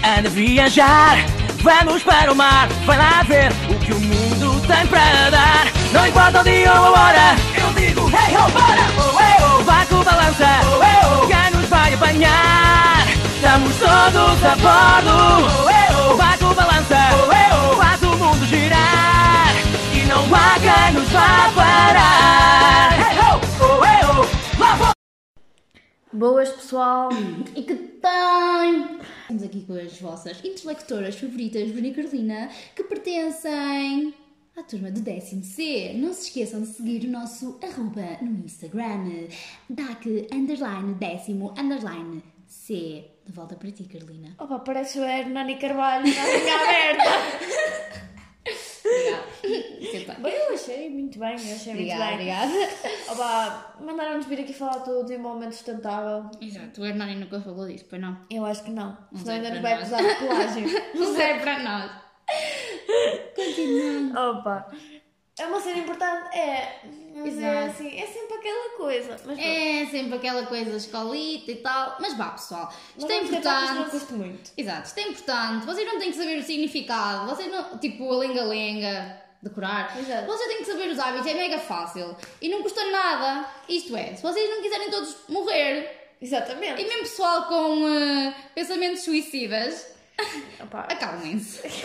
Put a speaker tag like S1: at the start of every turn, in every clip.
S1: Para viajar, vamos para o mar. Vai lá ver o que o mundo tem para dar. Não importa o dia ou a hora, eu digo hey ho, bora! Oh, hey, oh. Barco balança, oh, hey, oh. quem nos vai apanhar? Estamos todos a bordo. Oh, hey, oh. Barco balança, oh, hey, oh. faz o mundo girar. E não há quem nos vá parar. Hey, ho, oh, hey, oh. Lá vou!
S2: Boas, pessoal! e que tem? Estamos aqui com as vossas intelectoras favoritas, Bruna e Carolina, que pertencem à turma do 10C. Não se esqueçam de seguir o nosso arroba no Instagram, DAC underline décimo underline C. De volta para ti, Carolina.
S3: Opa, parece o Hernani Carvalho na linha aberta.
S2: Sempre.
S3: bem, eu achei muito bem, eu achei
S2: Obrigada,
S3: muito bem.
S2: obrigada.
S3: Opa, mandaram-nos vir aqui falar do desenvolvimento sustentável.
S2: Exato, o Hernani nunca falou disso, pois não.
S3: Eu acho que não, senão
S2: sei
S3: ainda nos
S2: para
S3: vai
S2: nós.
S3: pesar de pelágio.
S2: Não serve é para nós.
S3: Opa, é uma cena importante, é, mas é
S2: Exato.
S3: assim, é sempre aquela coisa. Mas pronto,
S2: É sempre aquela coisa escolita e tal. Mas vá, pessoal,
S3: nós
S2: isto é
S3: vamos tentar, mas não
S2: importante.
S3: custa muito.
S2: Exato, isto é importante. Vocês não têm que saber o significado. Vocês não. Tipo, a lenga-lenga, decorar.
S3: Exato.
S2: Vocês têm que saber os hábitos, é mega fácil. E não custa nada. Isto é, se vocês não quiserem todos morrer, e
S3: Exatamente.
S2: mesmo pessoal com eh, pensamentos suicidas,
S3: Opa,
S2: acalmem-se.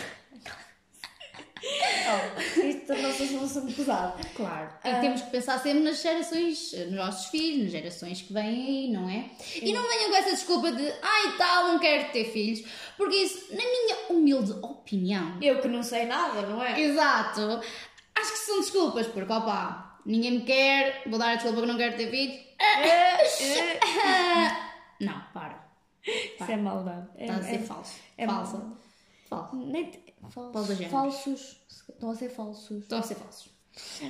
S3: oh, isto tornou-se um assunto pesado.
S2: Claro. E
S3: Ah.
S2: temos que pensar sempre nas gerações, nos nossos filhos, nas gerações que vêm aí, não é? E não venham com essa desculpa de ai tal, não quero ter filhos, porque isso, na minha humilde opinião,
S3: Eu que não sei nada, não é?
S2: exato, acho que são desculpas, porque opá, ninguém me quer, vou dar a desculpa que não quero ter filhos.
S3: É, é.
S2: Não, para.
S3: Isso é maldade. É,
S2: Estás Tá a
S3: é-
S2: ser falso.
S3: é
S2: Falsa.
S3: mau.
S2: Falsa.
S3: Nem te- falsos.
S2: Pausa género.
S3: falsos. Estão a ser falsos.
S2: Estão a ser falsos.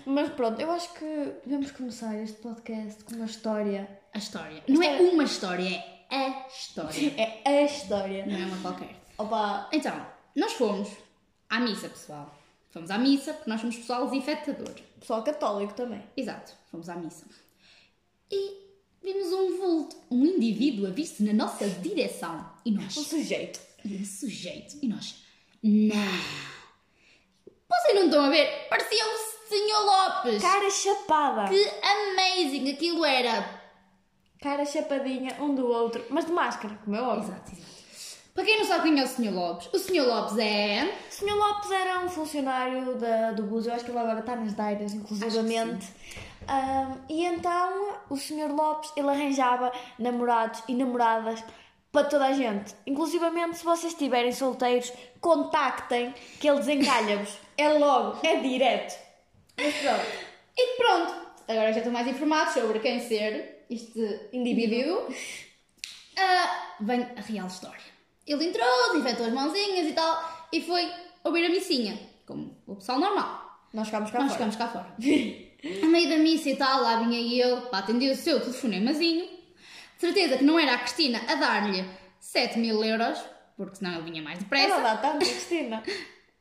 S3: Mas pronto, eu acho que devemos começar este podcast com uma história.
S2: A história. Não é uma história, é a história.
S3: É a história.
S2: Não é uma qualquer.
S3: Opa,
S2: Então, nós fomos à missa, pessoal. Fomos à missa porque nós somos pessoal desinfetador.
S3: pessoal católico também.
S2: Exato, fomos à missa. E vimos um vulto, um indivíduo a vir-se na nossa direção. E
S3: Um
S2: nós,
S3: sujeito.
S2: um sujeito, e nós, não. Vocês não estão a ver? Parecia um senhor Lopes.
S3: Cara chapada.
S2: Que amazing aquilo era.
S3: Cara chapadinha um do outro, mas de máscara, como é óbvio.
S2: Exato, exato. Para quem não sabe quem é o senhor Lopes, o senhor Lopes é...
S3: O Sr. Lopes era um funcionário da, do Búzio, eu acho que ele agora está nas Dairas, inclusivamente. Ahm, e então o Sr. Lopes ele arranjava namorados e namoradas para toda a gente. Inclusivamente, se vocês estiverem solteiros, contactem que ele desencalha-vos. é logo, é direto. Mas pronto.
S2: E pronto, agora já estão mais informados sobre quem ser este indivíduo. Ah, vem a real história. Ele entrou, desinfetou as mãozinhas e tal, e foi ouvir a missinha, como o pessoal normal.
S3: Nós ficámos cá
S2: Nós
S3: fora.
S2: ficamos cá fora. A meio da missa e tal, lá vinha ele para atender o seu telefonemazinho. De certeza que não era a Cristina a dar-lhe 7 mil euros, porque senão ele vinha mais
S3: Ela
S2: depressa.
S3: dá tanto, É tá, Cristina.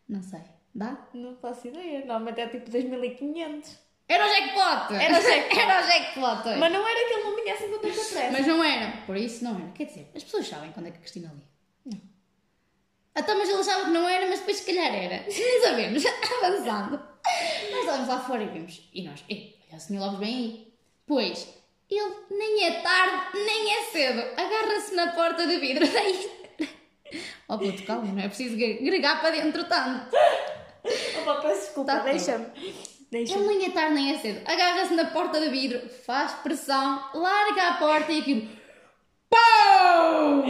S2: Não sei, dá?
S3: Não faço ideia. Normalmente é tipo 2500.
S2: Era o jackpot!
S3: Era o jackpot.
S2: Era o jackpot!
S3: Mas não era que ele não vinha assim com tanta pressa.
S2: Mas não era, por isso não era. Quer dizer, as pessoas sabem quando é que a Cristina lia. Não. Até mas ele achava que não era, mas depois se calhar era. Não sabemos. Avançando. Nós estávamos lá fora e vimos. E nós, ei, olha o senhor Lopes bem aí. Pois, ele nem é tarde, nem é cedo. Agarra-se na porta do vidro daí. Oh puto, calma, não é preciso gre- gregar para dentro tanto.
S3: Opa, peço desculpa,
S2: Tá tudo.
S3: deixa-me.
S2: Ele
S3: Deixa-me.
S2: nem é tarde nem é cedo. Agarra-se na porta do vidro, faz pressão, larga a porta e aquilo. POUM!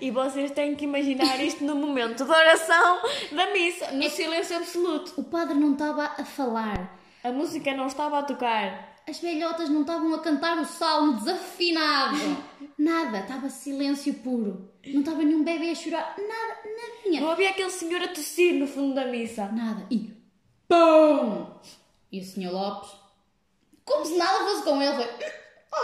S3: E vocês têm que imaginar isto no momento da oração da missa, no silêncio absoluto.
S2: O padre não estava a falar.
S3: A música não estava a tocar.
S2: As velhotas não estavam a cantar o salmo desafinado. Nada, estava silêncio puro. Não estava nenhum bebê a chorar. Nada, nadinha.
S3: Não havia aquele senhor a tossir no fundo da missa.
S2: Nada. E PUM! E o Sr. Lopes, como se nada fosse com ele, foi.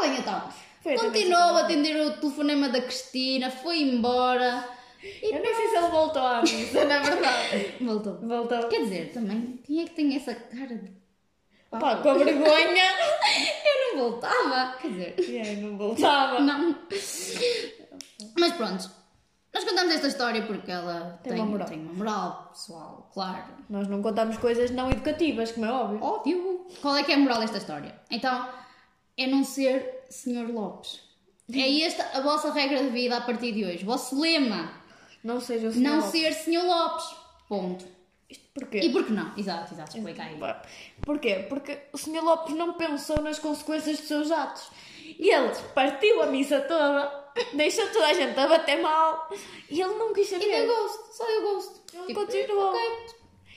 S2: Olhem então.
S3: Foi atender
S2: Continuou a atender o telefonema da Cristina, foi embora. E
S3: Eu nem sei se ele voltou à missa, na verdade.
S2: voltou.
S3: Voltou.
S2: Quer dizer, também, quem é que tem essa cara de.
S3: Opa, com a vergonha.
S2: Eu não voltava. Quer dizer.
S3: E aí, não voltava.
S2: Não. Mas pronto. Nós contamos esta história porque ela
S3: Tem uma moral.
S2: tem uma moral, pessoal, claro.
S3: Nós não contamos coisas não educativas, como é óbvio.
S2: Óbvio. Qual é que é a moral desta história? Então, é não ser Sr. Lopes. É esta a vossa regra de vida a partir de hoje. Vosso lema.
S3: Não seja o senhor.
S2: Não ser Sr. Lopes. Ponto.
S3: Isto porquê?
S2: E por que não? Exato, exato. Explica aí.
S3: Pá, Porquê? Porque o Sr. Lopes não pensou nas consequências dos seus atos. E ele partiu a missa toda, deixou toda a gente a bater mal e ele não quis
S2: E deu
S3: saber.
S2: gosto. Só deu gosto.
S3: Ele
S2: Tipo,
S3: continuou.
S2: ok.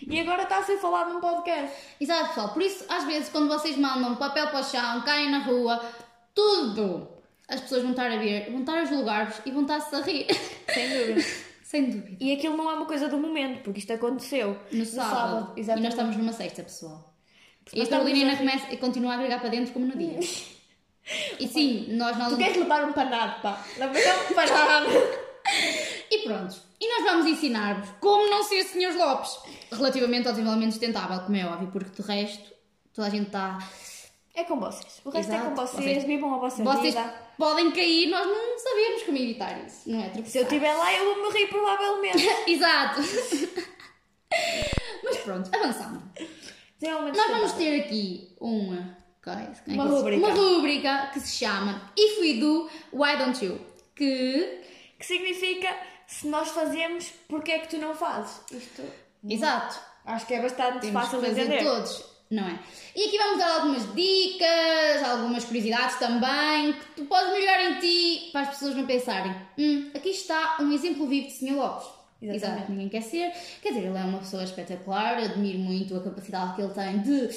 S3: E agora está a ser falado num podcast.
S2: Exato, pessoal. Por isso, às vezes, quando vocês mandam um papel para o chão, caem na rua, tudo, as pessoas vão estar a ver, vão estar a julgar-vos e vão estar-se a rir.
S3: Sem dúvida.
S2: Sem dúvida.
S3: E aquilo não é uma coisa do momento, porque isto aconteceu
S2: No sábado. E nós
S3: Exatamente.
S2: estamos numa sexta, pessoal.
S3: nós
S2: E a
S3: estamos
S2: Carolina
S3: a-
S2: começa, continua a agregar para dentro como no dia. E sim, nós não.
S3: Tu queres levar um panado, pá. Levar um panado.
S2: E pronto. E nós vamos ensinar-vos como não ser senhores Lopes relativamente ao desenvolvimento sustentável, como é óbvio, porque de resto toda a gente tá- está.
S3: É com vocês. O resto é
S2: Exato.
S3: com vocês.
S2: Vocês-
S3: Vivam a vossa
S2: Vocês
S3: vida.
S2: podem cair, nós não sabemos como evitar isso, não é?
S3: Se eu
S2: tropeçar.
S3: estiver lá, eu vou morrer provavelmente.
S2: Exato. Mas pronto, avançando.
S3: Realmente
S2: Nós vamos ter aqui uma, guys, como é que
S3: Uma
S2: eu-
S3: rúbrica.
S2: uma rúbrica que se chama If We Do, Why Don't You? Que,
S3: Que significa, se nós fazemos, porque é que tu não fazes? Isto
S2: Hum. exato,
S3: acho que é bastante
S2: temos
S3: fácil
S2: que
S3: de
S2: fazer
S3: entender.
S2: todos, não é? E aqui vamos dar algumas dicas, algumas curiosidades também, que tu podes melhorar em ti para as pessoas não pensarem. Hum, aqui está um exemplo vivo de Sr. Lopes.
S3: Exatamente.
S2: Exato, ninguém quer ser. Quer dizer, ele é uma pessoa espetacular, admiro muito a capacidade que ele tem de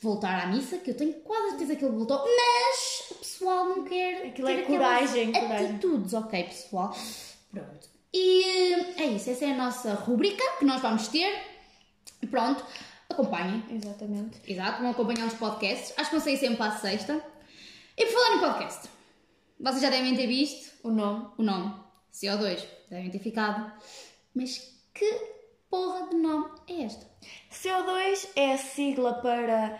S2: voltar à missa, que eu tenho quase certeza que ele voltou, mas o pessoal não quer.
S3: Aquilo é
S2: ter aquelas
S3: coragem, coragem.
S2: Atitudes, ok, pessoal. Pronto. E é isso, essa é a nossa rubrica que nós vamos ter. Pronto, acompanhem.
S3: Exatamente.
S2: Exato, vão acompanhar os podcasts. Acho que vão sair sempre à sexta. E por falar em podcast, vocês já devem ter visto
S3: O nome.
S2: o nome CO2, devem ter ficado. Mas que porra de nome é esta?
S3: CO2 é a sigla para,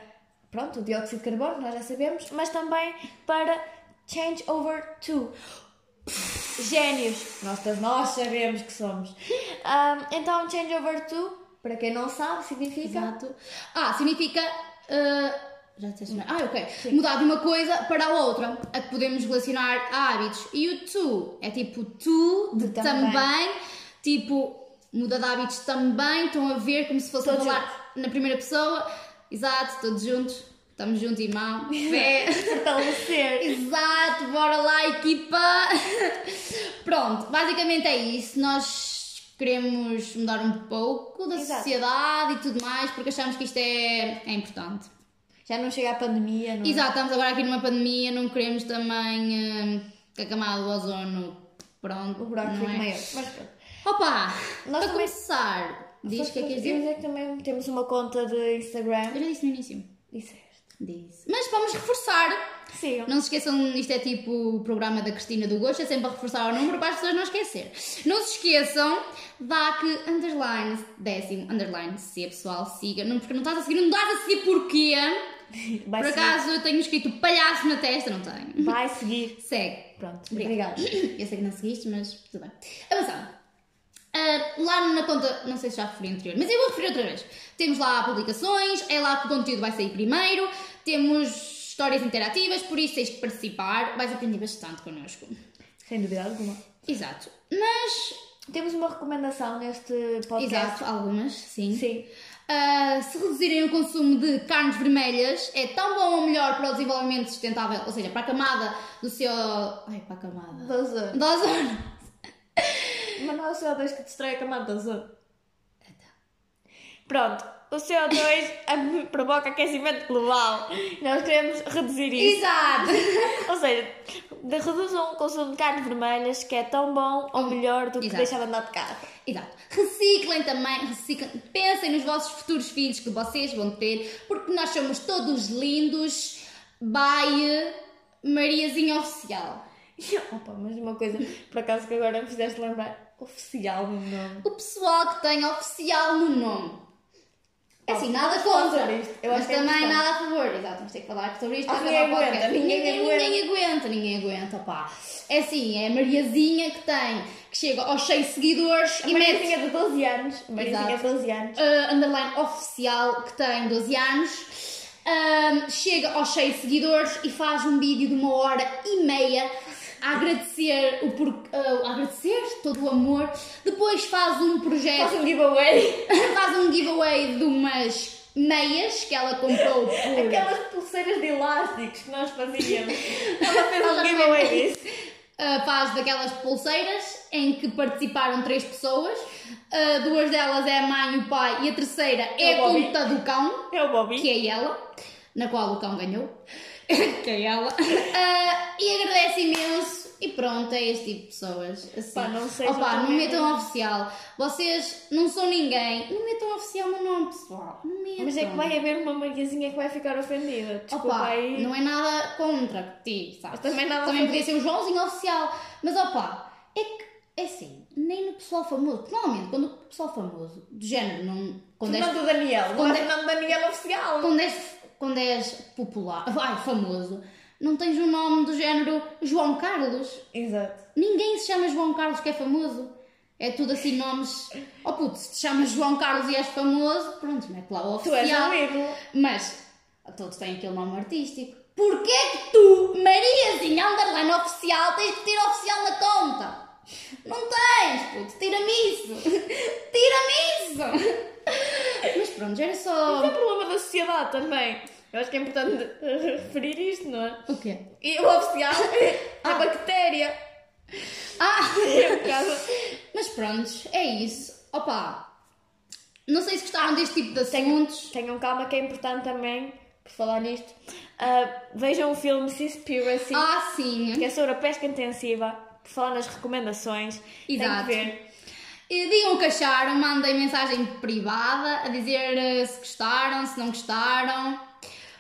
S3: pronto, o dióxido de carbono, nós já sabemos, mas também para Change Over to. Génios. Nós, todos nós sabemos que somos. Ahm, então, Change Over to, para quem não sabe, significa...
S2: Exato. Ah, significa. ah, já disseste não? Ah, ok. Mudar de uma coisa para a outra, a que podemos relacionar a hábitos. E o to é tipo tu, de
S3: De
S2: também.
S3: também.
S2: tipo muda de hábitos também. Estão a ver como se fosse a
S3: Todos
S2: falar na primeira pessoa. Exato, todos juntos. Estamos juntos, irmão. Fé.
S3: Fortalecer.
S2: Exato, bora lá, equipa! Pronto, basicamente é isso. Nós queremos mudar um pouco da
S3: Exato.
S2: sociedade e tudo mais, porque achamos que isto é, é importante.
S3: Já não chega a pandemia, não é?
S2: Exato, estamos agora aqui numa pandemia, não queremos também hum, que a camada do ozono. Pronto,
S3: O buraco
S2: não
S3: fica
S2: é?
S3: maior. Mas pronto.
S2: Opa!
S3: Nós
S2: para
S3: também-
S2: começar, diz o que é que queres
S3: Eu
S2: dizer?
S3: ia que também temos uma conta de
S2: Eu
S3: Instagram. é
S2: já disse no início.
S3: Disseste.
S2: Disse. Mas vamos reforçar.
S3: Sim.
S2: Não se esqueçam, isto é tipo o programa da Cristina do Gosto, é sempre a reforçar o número para as pessoas não esquecer. Não se esqueçam, DAC underline, décimo underline, se pessoal siga, não, porque não estás a seguir, não estás a seguir porquê.
S3: Vai
S2: Por
S3: seguir.
S2: acaso eu tenho escrito palhaço na testa, não tenho.
S3: Vai seguir.
S2: Segue.
S3: Pronto.
S2: Obrigada.
S3: Obrigada.
S2: Eu sei que não seguiste, mas tudo bem. Avançando. Ah, lá na conta, não sei se já referi anterior, mas eu vou referir outra vez. Temos lá publicações, é lá que o conteúdo vai sair primeiro, temos histórias interativas, por isso tens que participar, vais aprender bastante connosco.
S3: Sem dúvida alguma.
S2: Exato. Mas,
S3: Temos uma recomendação neste podcast.
S2: exato, algumas, sim.
S3: Sim.
S2: Ah, se reduzirem o consumo de carnes vermelhas, é tão bom ou melhor para o desenvolvimento sustentável, ou seja, para a camada do seu. Ai, para a camada.
S3: Doze.
S2: Do ozono.
S3: Mas não é o CO2 que destrói a camada de ozono.
S2: Então.
S3: Pronto. O CO2 a- provoca aquecimento global. Nós queremos reduzir isso.
S2: Exato!
S3: Ou seja, de- reduzam o consumo de carnes vermelhas, que é tão bom ou melhor do que
S2: Exato.
S3: deixar de andar de carro.
S2: Exato. Reciclem também, reciclem. Pensem nos vossos futuros filhos que vocês vão ter, porque nós somos todos lindos. Bye, Mariazinha Oficial.
S3: Opa, mas uma coisa, por acaso que agora me fizeste lembrar, oficial no nome.
S2: O pessoal que tem oficial no nome. É assim,
S3: Não,
S2: nada
S3: vamos falar
S2: contra,
S3: sobre isto. Eu
S2: mas
S3: acho que é
S2: também
S3: importante.
S2: nada a favor. Exato, vamos ter que falar sobre isto.
S3: Ah,
S2: para
S3: ninguém
S2: acabar o
S3: aguenta,
S2: podcast.
S3: ninguém aguenta.
S2: ninguém aguenta, ninguém aguenta, pá. É assim, é a Mariazinha que tem, que chega aos 100 seguidores
S3: A
S2: e mete
S3: Mariazinha de 12 anos. Mariazinha de
S2: Exato.
S3: 12 anos.
S2: uh, underline oficial que tem 12 anos. um, chega aos 100 seguidores e faz um vídeo de uma hora e meia a agradecer, o por, uh, a agradecer todo o amor. Depois faz um
S3: Faz
S2: projeto,
S3: um giveaway.
S2: faz um giveaway de umas meias que ela comprou por.
S3: Aquelas pulseiras de elásticos que nós fazíamos. Ela fez
S2: Ela
S3: um giveaway
S2: fez.
S3: disso.
S2: Uh, faz daquelas pulseiras em que participaram três pessoas. Uh, duas delas é a mãe e o pai, e a terceira é
S3: É
S2: a
S3: o Bobby.
S2: conta do cão.
S3: É o Bobby.
S2: que é ela, na qual o cão ganhou, que é ela, Ah, e agradece imenso. E pronto, é este tipo de pessoas. Assim.
S3: Pá, não sejam
S2: Opa, não
S3: também-
S2: metam um oficial. Vocês não são ninguém. Não metam um oficial meu nome, pessoal. Não metam.
S3: Mas é que vai haver uma Mariazinha que vai ficar ofendida. Desculpa
S2: Opa,
S3: aí.
S2: não é nada contra ti, sabes?
S3: Mas também nada
S2: Também
S3: contra-
S2: podia ser o Joãozinho oficial. Mas opa, é que, é assim, nem no pessoal famoso. porque Normalmente, quando o pessoal famoso, do género, não, quando és
S3: Fernando Daniel. Não
S2: quando
S3: é
S2: é-
S3: Fernando Daniel oficial.
S2: quando és, quando és popular, ai, famoso, não tens um nome do género João Carlos.
S3: Exato.
S2: Ninguém se chama João Carlos que é famoso. É tudo assim nomes. Oh puto, se te chamas João Carlos e és famoso, pronto, mete lá o
S3: Tu és
S2: oficial.
S3: um ídolo.
S2: Mas todos têm aquele nome artístico. Porquê que tu, Mariazinha Underline Oficial, tens que tirar oficial na conta? Não tens, puto, tira-me isso! Tira-me isso! Mas pronto, era só.
S3: É um problema da sociedade também. Eu acho que é importante eh, referir isto, não é?
S2: O quê?
S3: E o oficial é a bactéria.
S2: Ah!
S3: É um bocado.
S2: Mas pronto, é isso. Opa! Não sei se gostaram deste tipo de assuntos.
S3: Tenham calma que é importante também, por falar nisto, ah, vejam o filme Seaspiracy,
S2: Ah, sim.
S3: que é sobre a pesca intensiva, por falar nas recomendações. Tem que
S2: Exato.
S3: ver.
S2: E digam o que acharam, mandem mensagem privada a dizer eh, se gostaram, se não gostaram.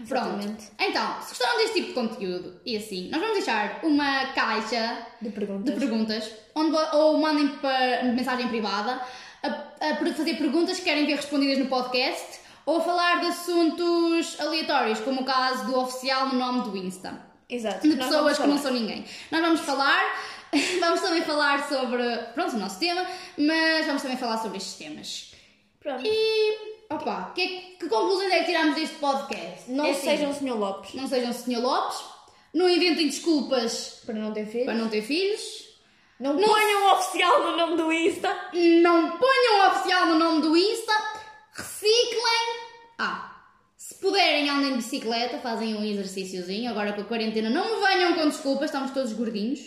S2: Pronto.
S3: Exatamente.
S2: Então, se gostaram deste tipo de conteúdo e assim, nós vamos deixar uma caixa
S3: De
S2: de
S3: perguntas.
S2: perguntas, onde, vo- ou mandem para mensagem privada a, a per- fazer perguntas que querem ver respondidas no podcast ou a falar de assuntos aleatórios, como o caso do oficial no nome do Insta,
S3: Exato.
S2: de
S3: Nós vamos
S2: pessoas que não
S3: falar.
S2: são ninguém. Nós vamos falar, vamos também falar sobre, pronto, o nosso tema, mas vamos também falar sobre estes temas.
S3: Pronto.
S2: E, opa, que, é- que conclusões é que tiramos deste podcast?
S3: Não
S2: É assim,
S3: sejam o Sr. Lopes,
S2: não sejam Sr. Lopes, não inventem desculpas
S3: para não ter filho.
S2: para não ter filhos.
S3: Não,
S2: Não-
S3: ponham o oficial no nome do Insta.
S2: não ponham o oficial no nome do Insta, reciclem. Ah, se puderem andem de bicicleta, fazem um exercíciozinho. Agora com a quarentena, não me venham com desculpas, estamos todos gordinhos.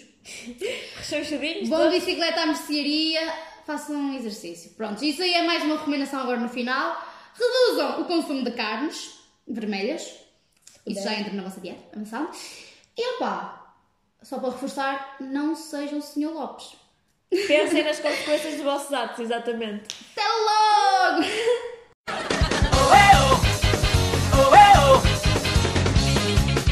S3: Rechonchudinhos.
S2: Vão de bicicleta à mercearia, façam um exercício. Pronto, isso aí é mais uma recomendação agora no final. Reduzam o consumo de carnes vermelhas. Isso já entra na vossa dieta, avançado. E opá, só para reforçar, não sejam o Sr. Lopes.
S3: Pensem nas consequências dos vossos atos, exatamente.
S2: Até logo!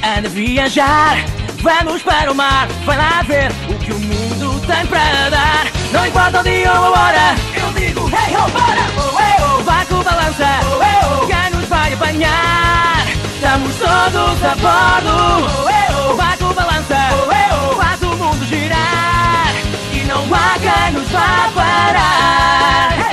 S1: Anda a viajar, vamos para o mar, vai lá ver o que o mundo tem para dar. Não importa o dia ou a hora, eu digo hey ho, bora! Oh, hey, oh. Vai com balança, oh, hey, oh. quem nos vai apanhar? Estamos todos a bordo, oh, hey, oh. vai com balança, oh, hey, oh. faz o mundo girar e não há quem nos vá parar. Hey,